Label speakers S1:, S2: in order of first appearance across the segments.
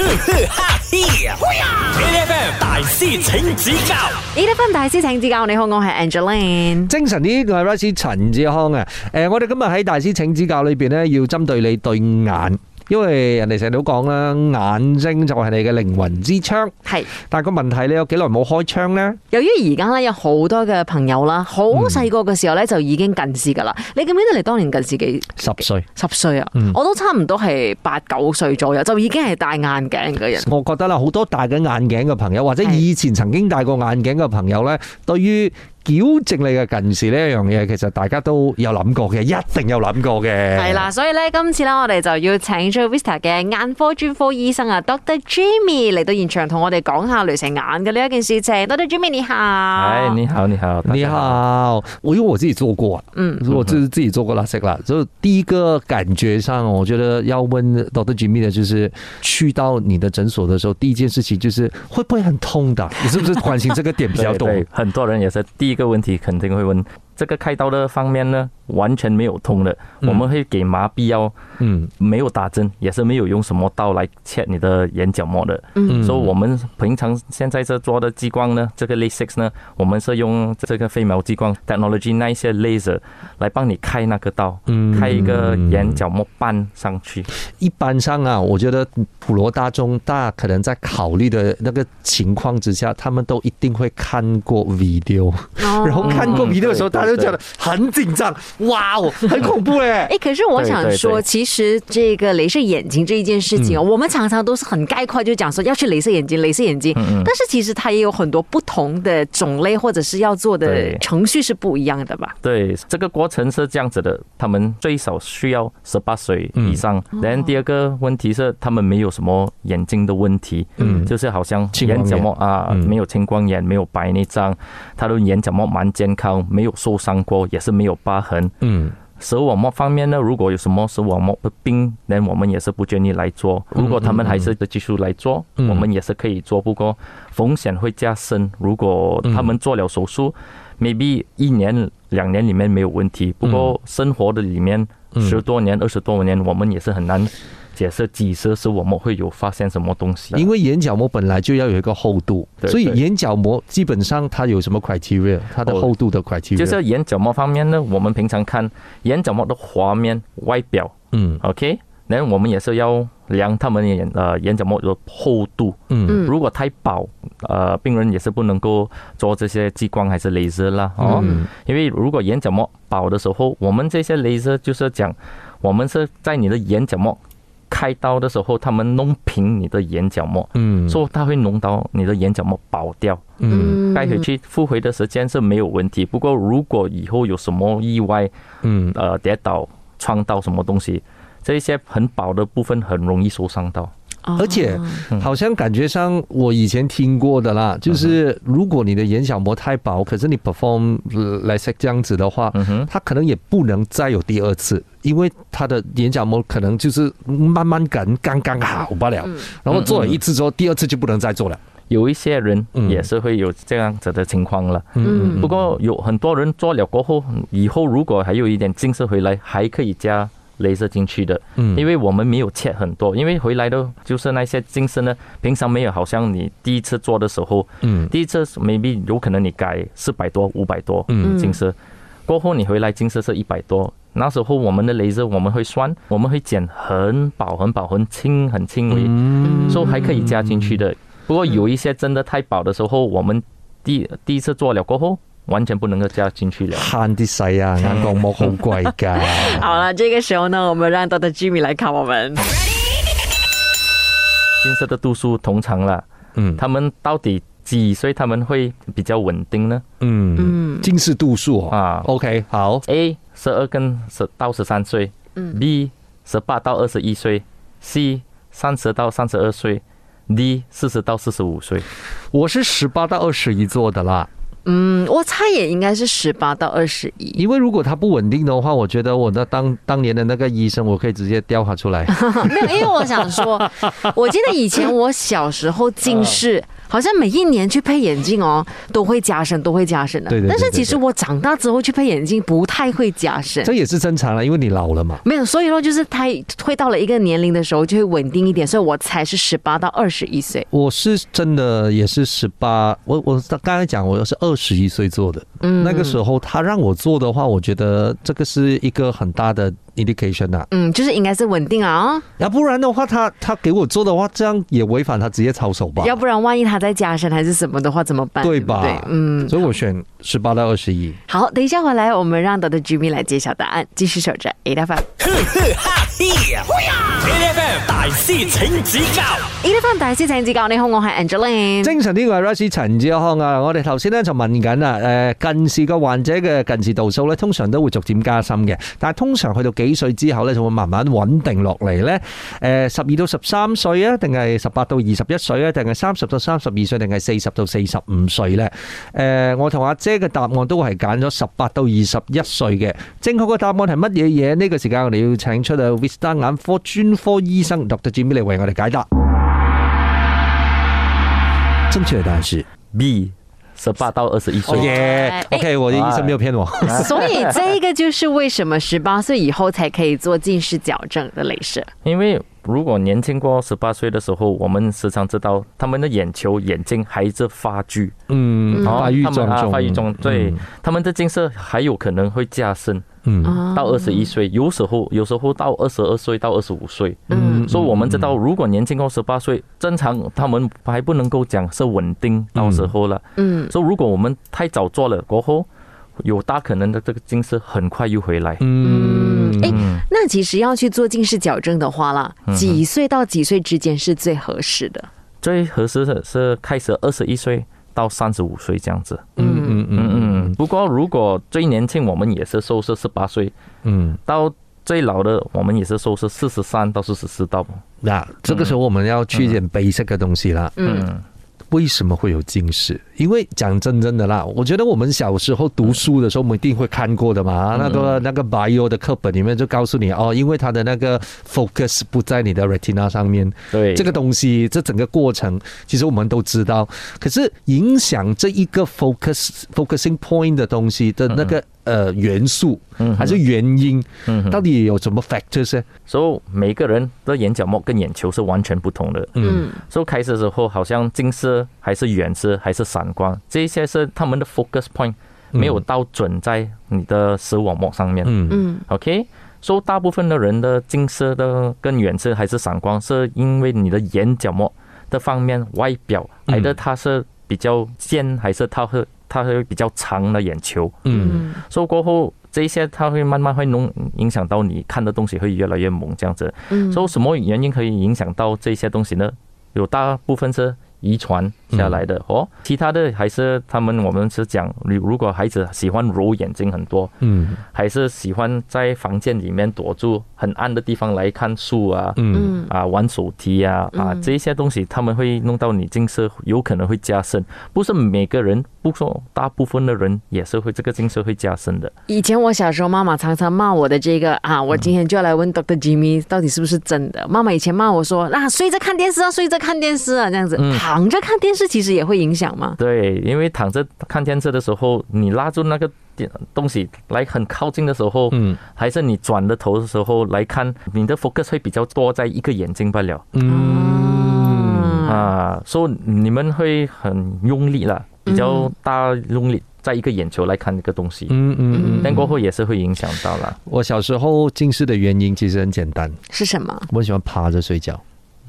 S1: 哈 FM 大師請指教
S2: 呢分大師請指教，你好，我係 Angeline。
S3: 精神啲，我係 Rice 陳志康啊！誒、我哋今日喺大師請指教裏邊咧，要針對你對眼，因為人哋成日都講啦，眼睛就係你嘅靈魂之窗。
S2: 係，
S3: 但係個問題，你有幾耐冇開窗呢？
S2: 由於而家咧有好多嘅朋友啦，好細個嘅時候咧就已經近視噶啦。你記唔記得你當年近視幾
S3: 十歲，
S2: 十歲啊？
S3: 嗯
S2: 我都差唔多係八九歲左右，就已經係戴眼鏡嘅人。
S3: 我覺得啦，好多戴緊眼鏡嘅朋友，或者
S2: 係
S3: 以前曾經戴過眼鏡嘅朋友呢，對於矯正你嘅近視呢一樣嘢，其實大家都有諗過嘅，一定有諗過嘅。
S2: 係啦，所以咧今次咧我哋就要請咗 Vista 嘅眼科專科醫生啊，Dr. Jimmy 嚟到現場同我哋講下雷射眼嘅呢一件事情。Dr. Jimmy 你好，
S4: 哎，你好，你好，大家
S3: 你，好，我因为我自己做过，
S2: 嗯，
S3: 我自自己做过拉色啦，就第一个感觉上，我觉得要问 Doctor Jimmy 的就是，去到你的诊所的时候，第一件事情就是会不会很痛的？你是不是关心这个点比
S4: 对
S3: 较 多？
S4: 对很多人也是第一个问题肯定会问，这个开刀的方面呢，完全没有痛的，
S3: 嗯
S4: 我们会给麻痹药，
S3: 嗯
S4: 没有打针，也是没有用什么刀来切你的眼角膜的。
S3: 嗯，
S4: 所以我们平常现在这做的激光呢，这个 Lasix 呢，我们是用这个飞毛激光 technology 那一些 laser 来帮你开那个刀，
S3: 嗯
S4: 开一个眼角膜瓣上去。
S3: 一般上啊，我觉得普罗大众大家可能在考虑的那个情况之下，他们都一定会看过 video，、然
S2: 哦
S3: 后看过
S4: 嗯
S3: video 的时候，
S4: 对
S3: 大家就觉得很紧张，哇哦，很恐怖嘞、
S2: 哎，可是我
S4: 对
S2: 想
S4: 对嗯
S2: 说，
S4: 对
S2: 其实这个镭射眼睛这一件事情哦，我们常常都是很概括就讲说要去镭射眼睛，镭射眼睛。
S4: 嗯嗯
S2: 但是其实它也有很多不同的种类，或者是要做的
S4: 对
S2: 程序是不一样的吧？
S4: 对，这个过程是这样子的，他们最少需要十八岁
S3: 嗯
S4: 以上。然后第二个问题是，他们没有什么眼睛的问题，
S3: 嗯
S4: 就是好像
S3: 青光
S4: 眼
S3: 眼
S4: 角膜啊，
S3: 嗯
S4: 没有青光眼，没有白内障，他的眼角膜蛮健康，没有受伤过，也是没有疤痕。
S3: 嗯。
S4: 视网膜方面呢，如果有什么视网膜的病，那我们也是不建议来做。如果他们还是继续来做，
S3: 嗯
S4: 我们也是可以做，不过风险会加深。如果他们做了手术、m a
S3: 嗯
S4: y b e 一年两年里面没有问题，不过生活的里面
S3: 嗯
S4: 十多年、二十多年，我们也是很难解释几时是我们会有发现什么东西。
S3: 因为眼角膜本来就要有一个厚度，
S4: 对
S3: 所以
S4: 对
S3: 眼角膜基本上它有什么 criteria，它的
S4: 哦
S3: 厚度的 criteria，
S4: 就是眼角膜方面呢，我们平常看眼角膜的画面外表
S3: 嗯
S4: ，OK，然后我们也是要量他们的眼呃眼角膜的厚度。
S3: 嗯
S2: 嗯
S4: 如果太薄，呃，病人也是不能够做这些激光还是镭射啦，哦，
S3: 嗯
S4: 因为如果眼角膜薄的时候，我们这些镭射就是讲，我们是在你的眼角膜开刀的时候，他们弄平你的眼角膜，
S3: 嗯，
S4: 所以它会弄到你的眼角膜薄掉，
S3: 嗯
S2: 嗯，
S4: 带回去复回的时间是没有问题。不过如果以后有什么意外，
S3: 嗯
S4: 呃，跌倒、撞到什么东西，这一些很薄的部分很容易受伤到。
S2: 哦，
S3: 而且
S4: 嗯
S3: 好像感觉上我以前听过的啦，就是如果你的眼角膜太薄，可是你 perform 来 s 这样子的话，
S4: 嗯哼，
S3: 它可能也不能再有第二次，因为它的眼角膜可能就是慢慢感刚刚好罢了，然后
S4: 嗯
S3: 做了一次之后，第二次就不能再做了。
S4: 有一些人
S3: 嗯
S4: 也是会有这样子的情况了。
S2: 嗯
S4: 不过有很多人做了过后，以后如果还有一点近视回来，还可以加镭射进去的，
S3: 嗯
S4: 因为我们没有切很多，因为回来的就是那些近视呢，平常没有，好像你第一次做的时候，
S3: 嗯
S4: 第一次 maybe 有可能你改四百多、五百多
S3: 嗯
S4: 近视，过后你回来近视是一百多。那时候我们的镭射我们会算，我们会剪很薄、很薄、很轻、很轻微，
S3: 嗯
S4: 所以还可以加进去的。不过有一些真的太薄的时候，我们第第一次做了过后，完全不能够加进去了。
S3: 悭啲使啊，眼角膜好貴㗎。
S2: 好了，这个时候呢，我们让 Dr. Jimmy 来看我们。
S4: 近视的度数通常啦，
S3: 嗯
S4: 他们到底几岁他们会比较稳定呢？
S3: 嗯，近视度数哦。
S4: 啊
S3: OK，好，
S4: ，A 十二跟十到十三岁，B 十八到二十一岁，C 三十到三十二岁，D 四十到四十五岁。
S3: 我是十八到二十一做的啦，
S2: 嗯，我猜也应该是十八到二十一。
S3: 因为如果它不稳定的话，我觉得我那当当年的那个医生，我可以直接调查出来。 嗯
S2: 没有，因为我想说，我记得以前我小时候近视好像每一年去配眼镜哦，都会加深，都会加深的。
S3: 对对对
S2: 但是其
S3: 对对
S2: 实我长大之后去配眼镜不太会加深
S3: 这。也是正常了，因为你老了嘛。
S2: 没有，所以咯，就是太会到了一个年龄的时候，就会稳定一点，所以我才是十八到二十一岁。
S3: 我是真的也是十八，我我刚才讲我是二十一岁做的，
S2: 嗯
S3: 那个时候他让我做的话，我觉得这个是一个很大的 indication 啊，
S2: 嗯，就是应该是稳定啊、
S3: 要不然的话他他给我做的话，这样也违反他职业操守吧，
S2: 要不然万一他再加深还是什么的话怎么办？
S3: 对
S2: 不
S3: 吧？
S2: 对，嗯，
S3: 所以我选十八到二十一。
S2: 好，等一下回来我们让 Dr. Jimmy 来揭晓答案，继续守着 A F M。
S1: A F M 大师请指教
S2: 呢啲翻大師請指教，你好，我係 Angeline。
S3: 精神呢個係 Rice 陳志康啊！我哋頭先咧就問緊啊，誒近視嘅患者嘅近視度數咧，通常都會逐漸加深嘅，但係通常去到幾歲之後咧，就會慢慢穩定落嚟咧。誒十二到十三歲啊，定係十八到二十一歲啊，定係三十到三十二歲，定係四十到四十五歲咧？誒、我同阿姐嘅答案都係揀咗十八到二十一歲嘅，正確嘅答案係乜嘢嘢？呢、個時間我哋要請出啊 Vista 眼科專科醫生 Dr. Jimmy 嚟為我哋解答。正確嘅答案是。
S4: B 十八到二十一岁。
S3: 哦耶、
S2: 哎
S3: o k 我的医生没有骗我。
S2: 所以这个就是为什么十八岁以后才可以做近视矫正的镭射。
S4: 因为如果年轻过十八岁的时候，我们时常知道他们的眼球、眼睛还在发育，
S3: 嗯，
S4: 哦
S3: 发育
S4: 他们
S3: 中
S4: 啊
S3: 中，
S4: 发育中，对，他们的近视还有可能会加深
S3: 嗯，
S2: 哦
S4: 到二十一岁，有时候有时候到二十二岁到二十五岁。
S2: 嗯
S4: 所以我们知道，如果年轻过十八岁，正常他们还不能够讲是稳定到时候了。
S2: 嗯
S4: 所以如果我们太早做了过后，有大可能的这个近视很快又回来。
S3: 嗯，
S2: 嗯，哎，那其实要去做近视矫正的话啦，几岁到几岁之间是最合适的？
S4: 最合适的是开始二十一岁到三十五岁这样子。
S3: 嗯嗯嗯
S4: 嗯嗯。不过如果最年轻，我们也是收是十八岁，
S3: 嗯，
S4: 到最老的我们也是收是四十三到四十四到。
S3: 那这个时候我们要去一点 basic 的东西啦。
S2: 嗯
S4: 嗯
S3: 为什么会有近视？因为讲真真的啦，我觉得我们小时候读书的时候，我们一定会看过的
S4: 嗯
S3: 嘛。那个那个 bio 的课本里面就告诉你哦，因为它的那个 focus 不在你的 retina 上面，
S4: 对，
S3: 这个东西，这整个过程，其实我们都知道。可是影响这一个 focus focusing point 的东西的那个呃元素，
S4: 嗯
S3: 还是原因，到底有什么 factors 呢？
S4: 所以嗯每个人的眼角膜跟眼球是完全不同的。
S2: 嗯
S4: 所以开始的时候好像近视还是远视还是散光，这些是他们的 focus point 没有到准在你的视网膜上面。
S3: 嗯
S2: 嗯
S4: OK，所、以大部分的人的近视的跟远视还是散光，是因为你的眼角膜的方面外表，
S3: 嗯
S4: 还的它是比较尖，还是它会它会比较长的眼球，
S3: 嗯
S2: 嗯
S4: 所、以过后这一些它会慢慢会弄影响到你看的东西会越来越猛这样子。
S2: 嗯
S4: 所、以什么原因可以影响到这些东西呢？有大部分是遗传下来
S2: 嗯
S4: 的、哦，其他的还是他们我们是讲，如如果孩子喜欢揉眼睛很多，
S3: 嗯
S4: 还是喜欢在房间里面躲住很暗的地方来看书啊，
S3: 嗯
S2: 嗯
S4: 啊玩手机啊，啊
S2: 嗯
S4: 这一些东西，他们会弄到你近视，有可能会加深。不是每个人，不说大部分的人也是会这个近视会加深的。
S2: 以前我小时候，妈妈常常骂我的这个啊，我今天就要来问 Dr. Jimmy 到底是不是真的。妈妈以前骂我说，那、啊、睡着看电视啊，睡着看电视啊，这样子，
S3: 嗯
S2: 躺着看电视其实也会影响嘛。
S4: 对，因为躺着看电视的时候，你拉住那个电东西来很靠近的时候，
S3: 嗯
S4: 还是你转的头的时候来看，你的 focus 会比较多在一个眼睛罢了。
S2: 嗯
S4: 啊，所以你们会很用力啦，比较大用力，在一个眼球来看一个东西，
S3: 嗯嗯
S4: 但
S3: 嗯。
S4: 过后也是会影响到
S2: 嗯
S4: 啦。
S3: 我小时候近视的原因其实很简单，
S2: 是什么？
S3: 我很喜欢趴着睡觉，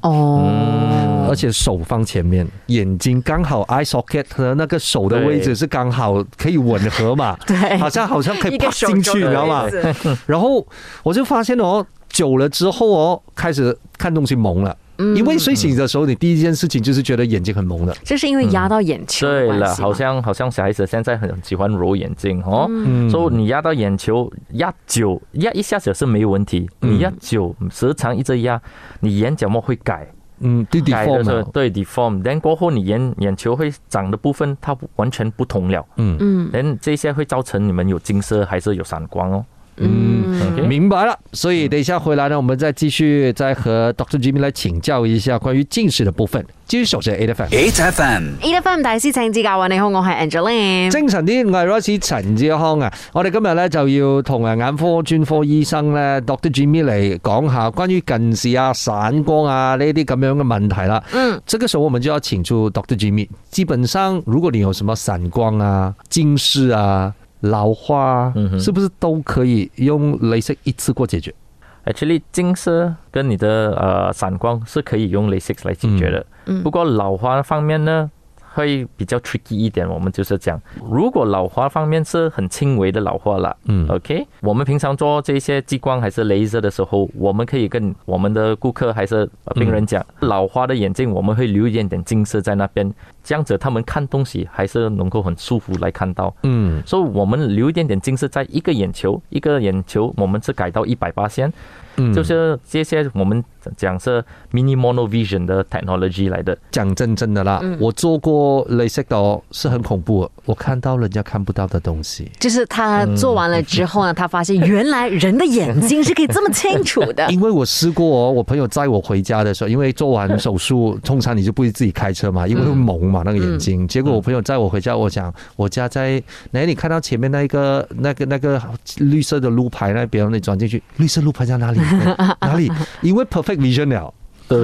S2: 哦，
S3: 嗯而且手放前面，眼睛刚好 eye socket 和那个手的位置
S4: 对
S3: 是刚好可以吻合嘛，
S2: 对，
S3: 好像好像可以
S2: 一
S3: 趴
S2: 个手
S3: 进
S2: 肘
S3: 去，你
S2: 的
S3: 知 道吗
S2: 位？置
S3: 然后我就发现哦，久了之后哦，开始看东西蒙了。
S4: 嗯
S3: 因为睡醒的时候，你第一件事情就是觉得眼睛很啊蒙的。
S2: 嗯这是因为压到眼球的
S3: 嗯
S4: 对
S2: 关系吗。
S4: 了，好像好像小孩子现在很喜欢揉眼睛哦，
S3: 嗯
S4: 所以你压到眼球压久压一下子是没问题，
S3: 嗯
S4: 你压久时常一直压，你眼角膜会改，
S3: 嗯，弟弟
S4: 改的时候
S2: 啊
S3: form
S4: 对 deform，但过后你眼眼球会长的部分它完全不同了，
S3: 嗯
S2: 嗯，
S4: 但这些会造成你们有近视还是有散光哦。
S2: 嗯
S4: OK
S3: 明白了。所以等一下回来呢，我们再继续再和 Dr. Jimmy 来请教一下关于近视的部分。继续守着 A F M。
S1: ，H F M。
S2: E F M 大師請指教啊！你好，我係 Angeline。
S3: 精神啲，我係 Rosie 陳志康啊！我哋今日咧就要同誒眼科專科醫生咧 Dr. Jimmy 嚟講下關於近視啊、散光啊呢啲咁樣嘅問題啦。
S2: 嗯，
S3: 这个时候我们就要请出 Dr. Jimmy。基本上，如果你有什么散光啊、近视啊、老花啊，
S4: 嗯哼
S3: 是不是都可以用镭射一次过解决？
S4: Actually，近视跟你的呃散光是可以用 LASIK 来解决的。
S2: 嗯嗯
S4: 不过老花方面呢，会比较 tricky 一点。我们就是讲，如果老花方面是很轻微的老化啦，
S3: 嗯
S4: ，OK，我们平常做这些激光还是镭射的时候，我们可以跟我们的顾客还是呃
S3: 嗯
S4: 病人讲，老花的眼镜我们会留一点点近视在那边，这样子他们看东西还是能够很舒服来看到。
S3: 嗯
S4: 所以我们留一点点近视在一个眼球，一个眼球我们是改到一百八先。
S3: 嗯
S4: 就是这些我们讲是 mini mono vision 的 technology 来的。
S3: 讲真真的啦，我做过镭射的哦，是很恐怖的，我看到人家看不到的东西。
S2: 就是他做完
S3: 嗯
S2: 了之後呢，他發現原來人的眼睛是可以這麼清楚 的。
S3: 因为我试过哦，我朋友载我回家的时候，因为做完手术，通常你就不会自己开车嘛，因为会蒙嘛那个眼睛。结果我朋友载我回家，我讲我家在，哎，你看到前面那一个那个那个绿色的路牌那边，你转进去，绿色路牌在哪里？ 哪里？因为 perfect vision 了，
S4: 对，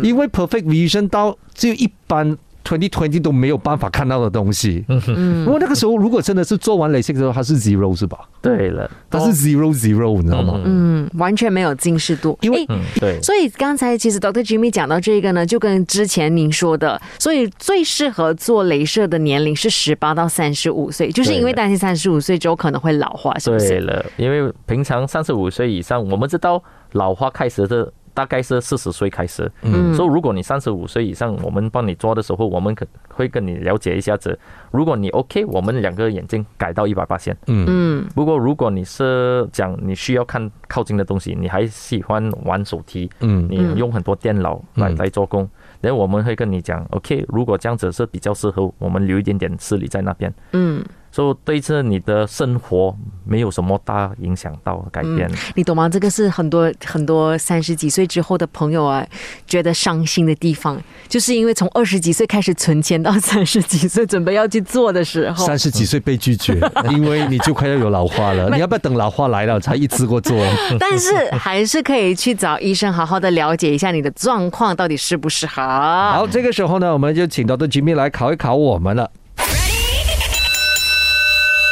S3: 因为 perfect vision 到只有一般 twenty twenty 都没有办法看到的东西。
S2: 嗯
S3: 因为那个时候如果真的是做完雷射之后，它是 zero 是吧？
S4: 对了，哦
S3: 它是 zero zero，你知道吗？
S4: 嗯
S2: 嗯，完全沒有近視度。
S3: 因为
S2: 诶
S4: 嗯对，
S2: 所以刚才其实 Dr. Jimmy 讲到这个呢，就跟之前您说的，所以最适合做镭射的年龄是十八到三十五岁，就是因为担心三十五岁之后可能会老化，是不
S4: 对
S2: 是？
S4: 了，因为平常三十五岁以上，我们知道老花开始的大概是四十岁开始，
S2: 嗯
S4: 所以如果你三十五岁以上，我们帮你做的时候，我们可会跟你了解一下子。如果你 OK，我们两个眼睛改到一百八线。
S3: 嗯
S2: 嗯
S4: 不过如果你是讲你需要看靠近的东西，你还喜欢玩手机，
S3: 嗯
S4: 你用很多电脑来、
S3: 嗯
S4: 来做工，然后我们会跟你讲，OK，如果这样子是比较适合我们留一点点视力在那边，
S2: 嗯，
S4: 所以对这你的生活没有什么大影响到改变。
S2: 你懂吗？这个是很多很多三十几岁之后的朋友啊，觉得伤心的地方，就是因为从二十几岁开始存钱到三十几岁准备要去做的时候，
S3: 三十几岁被 拒绝，因为你就快要有老花了。你要不要等老花来了才一次 过做？
S2: 但是还是可以去找医生好好的了解一下你的状况到底适不适合。
S3: 好，这个时候呢，我们就请到的 Jimmy 来考一考我们了。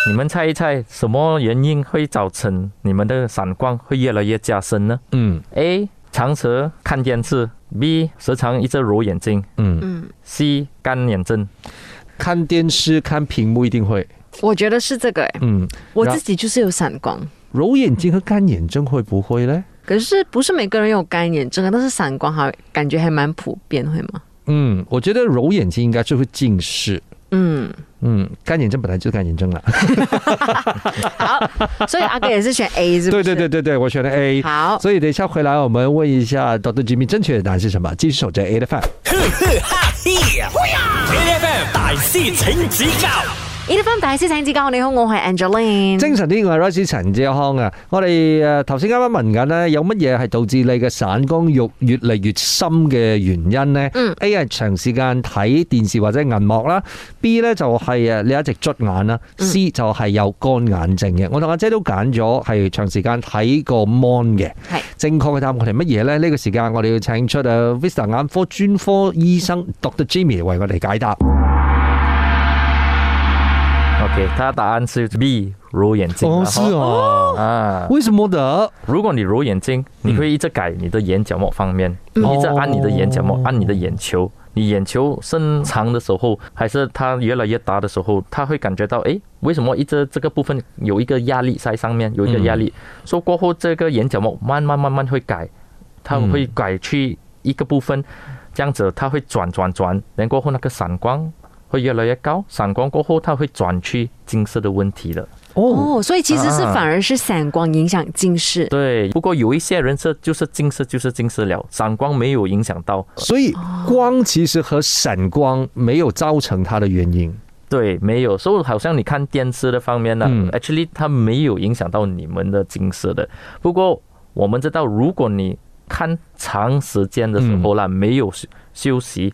S4: 你们猜一猜，什么原因会造成你们的散光会越来越加深呢
S3: 嗯
S4: ？A. 常时看电视；B. 时常一直揉眼睛
S3: 嗯，
S4: ；C. 干眼症。
S3: 看电视看屏幕一定会。
S2: 我觉得是这个、欸，
S3: 嗯，
S2: 我
S3: 然
S2: 自己就是有散光，
S3: 揉眼睛和干眼症会不会呢？
S2: 可是不是每个人有干眼症啊，但是散光还感觉还蛮普遍，会吗？
S3: 嗯，我觉得揉眼睛应该就会近视。
S2: 嗯，
S3: 嗯，干眼症本来就是干眼症了。
S2: 所以阿哥也是选 A，是不
S3: 对
S2: 是？
S3: 对对对对，我选了 A。
S2: 好，
S3: 所以等一下回来，我们问一下 Dr. Jimmy 正确答案是什么？继续守着 A 的范。
S1: A F M 大师请指教
S2: 伊 f 芬大師請指教，你好，我係 Angeline。
S3: 精神啲，我係 Rosie 陳志康啊！我哋誒頭先啱啱問緊咧，有乜嘢係導致你嘅散光肉越嚟越深嘅原因呢？
S2: 嗯
S3: a 係長時間睇電視或者銀幕啦，B 呢就係呃誒你一直捽眼啦，C
S2: 嗯
S3: 就係有乾眼症嘅。我同阿姐都揀咗係長時間睇個 mon 嘅。
S2: 係
S3: 正確嘅答案係乜嘢呢？呢、個時間我哋要請出誒 Vista 眼科專科醫生 Dr. Jimmy 為我哋解答。
S4: OK，它的答案是 B，揉眼睛。然后
S3: 哦，
S4: 啊，
S3: 為什麼的？哦
S4: 如果你揉眼睛，你会一直改你的眼角膜方面，一直按你的眼角膜
S3: 哦，
S4: 按你的眼球。你眼球伸长的时候，还是它越来越大的时候，它会感觉到，诶，为什么一直这个部分有一个压力在上面，有一个压力。说、过后，这个眼角膜慢慢慢慢会改，它
S3: 嗯
S4: 会改去一个部分，这样子它会转转转，然后过后那个散光会越来越高，散光过后它会转去近视的问题了。
S3: 哦，
S2: 哦，所以其实是
S4: 啊
S2: 反而是散光影响近视。
S4: 对，不过有一些人是就是近视就是近视了，散光没有影响到。呃
S2: 哦
S3: 所以光其实和闪光没有造成它的原因。
S4: 对，没有。所、以好像你看电视的方面呢、
S3: 嗯
S4: a c t u a l l y 它没有影响到你们的近视的。不过我们知道，如果你看长时间的时候
S3: 嗯
S4: 啦，没有休休息，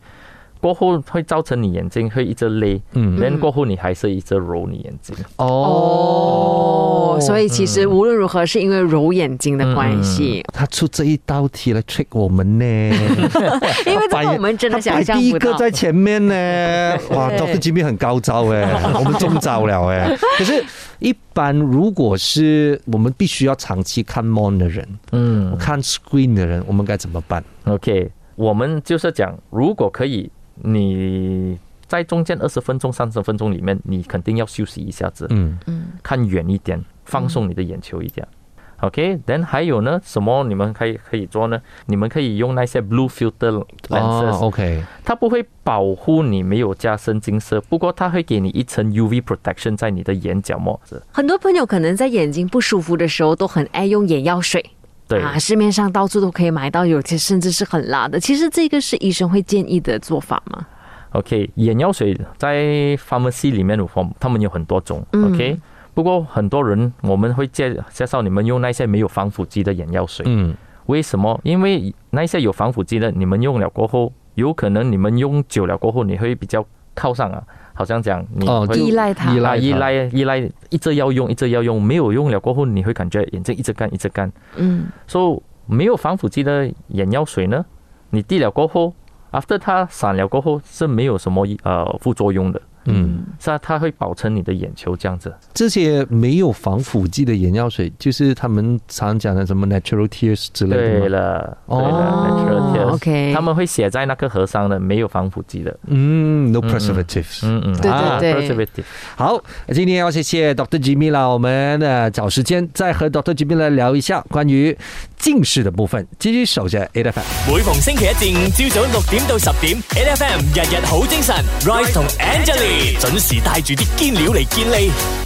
S4: 过后会造成你眼睛会一直累，
S3: 嗯
S4: 然后过后你还是一直揉你眼睛。
S3: 啊
S2: 哦，所以其实无论如何是因为揉眼睛的关系，
S3: 他出这一道题来 trick 我们呢，
S2: 因为这
S3: 摆
S2: 个我们 真的
S3: 他
S2: 想
S3: 摆
S2: 象
S3: 第一
S2: 不
S3: 个
S2: 到。
S3: 在前面 呢，哇
S2: 对
S3: ，Dr. Jimmy 很高招 哎，我们中招了哎。可是，一般如果是我们必须要长期看 mon 的人，
S4: 嗯
S3: 看 screen 的人，我们该怎么办？
S4: ，OK，我们就是讲，如果可以，你在中间二十分钟、三十分钟里面，你肯定要休息一下子。
S3: 嗯
S2: 嗯，
S4: 看远一点，放松你的眼球一点。OK，then 还有呢，什么你们可以可以做呢？你们可以用那些 blue filter lenses，、
S3: 哦，OK，
S4: 它不会保护你没有加深近视，不过它会给你一层 UV protection 在你的眼角膜子。
S2: 很多朋友可能在眼睛不舒服的时候都很爱用眼药水。
S4: 对，
S2: 啊，市面上到处都可以买到，有些甚至是很辣的。其实这个是医生会建议的做法吗？
S4: OK，眼药水在 pharmacy 里面，我他们有很多种。
S2: 嗯
S4: OK，不过很多人我们会介介绍你们用那些没有防腐剂的眼药水。
S3: 嗯
S4: 为什么？因为那些有防腐剂的，你们用了过后，有可能你们用久了过后，你会比较靠上啊，好像讲你
S3: 哦
S4: 会
S3: 就
S2: 依赖它
S3: 依赖
S4: 啊依
S3: 它
S4: 赖依赖，一直要用一直要用，没有用了过后，你会感觉眼睛一直干一直干。
S2: 嗯，
S4: 所、以没有防腐剂的眼药水呢，你滴了过后，after 它散了过后是没有什么呃副作用的，
S3: 嗯，
S4: 是啊，它会保存你的眼球这样子。
S3: 这些没有防腐剂的眼药水，就是他们常讲的什么 natural tears 之类的
S4: 对
S3: 吗。
S4: 了，对
S3: 哦
S4: 了
S2: o
S4: ，natural tears，
S2: k
S4: 他们会写在那个盒上的，没有防腐剂的。
S3: 嗯，no
S4: 嗯
S3: preservatives。
S4: 嗯嗯，
S2: 对
S4: 啊
S2: 对对
S4: preservative
S3: 好，今天要谢谢 Dr. Jimmy 啦，我们呃找时间再和 Dr. Jimmy 来聊一下关于近视的部分。继续守着 A F M。
S1: 每逢星期一至五朝早六點到十點，N F M 日日好精神，Rise 同 Angelie 準時帶住啲堅料嚟健利。